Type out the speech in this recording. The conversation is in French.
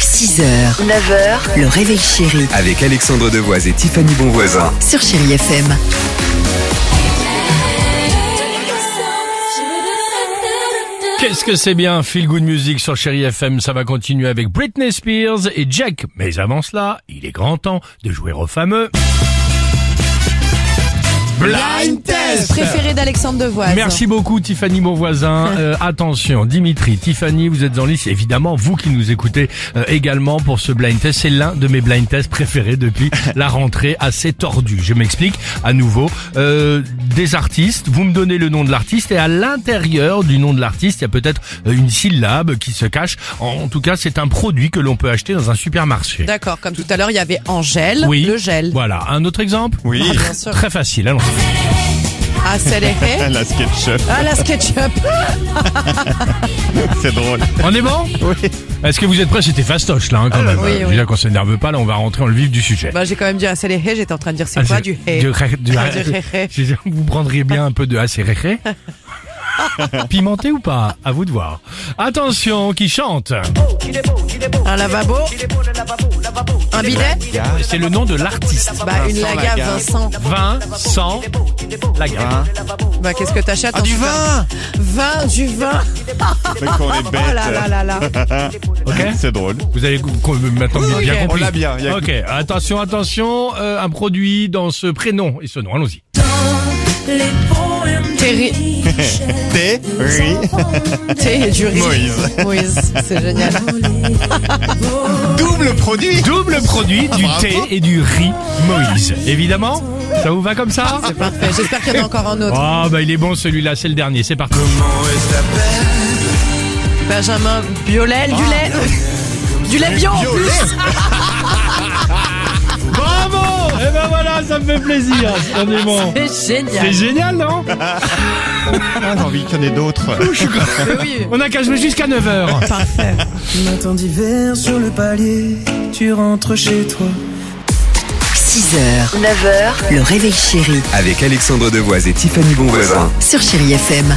6h, 9h, le réveil chéri Avec Alexandre Devoise et Tiffany Bonvoisin. sur Chéri FM. Qu'est-ce que c'est bien, Feel Good Music sur Chéri FM, ça va continuer avec Britney Spears et Jack. Mais avant cela, il est grand temps de jouer au fameux Blind Test. préféré d'Alexandre Devoise. Merci beaucoup Tiffany Bonvoisin. Euh, attention, Dimitri, Tiffany, vous êtes en lice. Évidemment, vous qui nous écoutez euh, également pour ce blind test, c'est l'un de mes blind tests préférés depuis la rentrée assez tordue. Je m'explique à nouveau. Euh, des artistes, vous me donnez le nom de l'artiste et à l'intérieur du nom de l'artiste, il y a peut-être euh, une syllabe qui se cache. En, en tout cas, c'est un produit que l'on peut acheter dans un supermarché. D'accord, comme tout à l'heure, il y avait Angèle, le gel. Voilà, un autre exemple Oui. Ah, bien sûr. Très facile, allons. Ah, c'est les haies. La SketchUp, Ah, la SketchUp. c'est drôle. On est bon Oui. Est-ce que vous êtes prêts C'était fastoche là hein, quand même. Ah, oui, Je veux oui. dire qu'on s'énerve pas là, on va rentrer dans le vif du sujet. Bah, j'ai quand même dit ah, c'est les haies, j'étais en train de dire c'est Ah, quoi c'est- du haie du ré- du- Ah, du ré- Je veux dire, Vous prendriez bien un peu de acéréré. Pimenté ou pas À vous de voir. Attention, qui chante Ah, Un lavabo Un bidet C'est le nom de l'artiste. Bah, une Vincent laga, Lagarde. Vincent. 20, 100, la gamme. Bah, qu'est-ce que t'achètes Ah, en du super- vin Vin, du vin. Mais qu'on est bête. Oh là là là là. Ok C'est drôle. Vous avez con- maintenant bien Ok. compris. On l'a bien, il y a- Ok, attention, attention. euh, un produit dans ce prénom et ce nom. Allons-y. Terry. Thé, riz, Thé et du riz. Moïse. Moïse, c'est génial. Double produit. Double produit du Bravo. thé et du riz Moïse. Évidemment, ça vous va comme ça Ah, C'est parfait. J'espère qu'il y en a encore un autre. Oh bah il est bon celui-là, c'est le dernier, c'est parti. Benjamin Biolel, du lait. Du lait bio en plus. Bravo Et ben voilà, ça me fait plaisir, on est bon. Ah, C'est génial. C'est génial, non Ah, J'ai envie qu'il y en ait d'autres. Mais oui. On a qu'à jouer jusqu'à 9h. Parfait. Matin d'hiver sur le palier, tu rentres chez toi. 6h, 9h, le réveil chéri Avec Alexandre Devoise et Tiffany Bonvoisin. sur Chéri FM.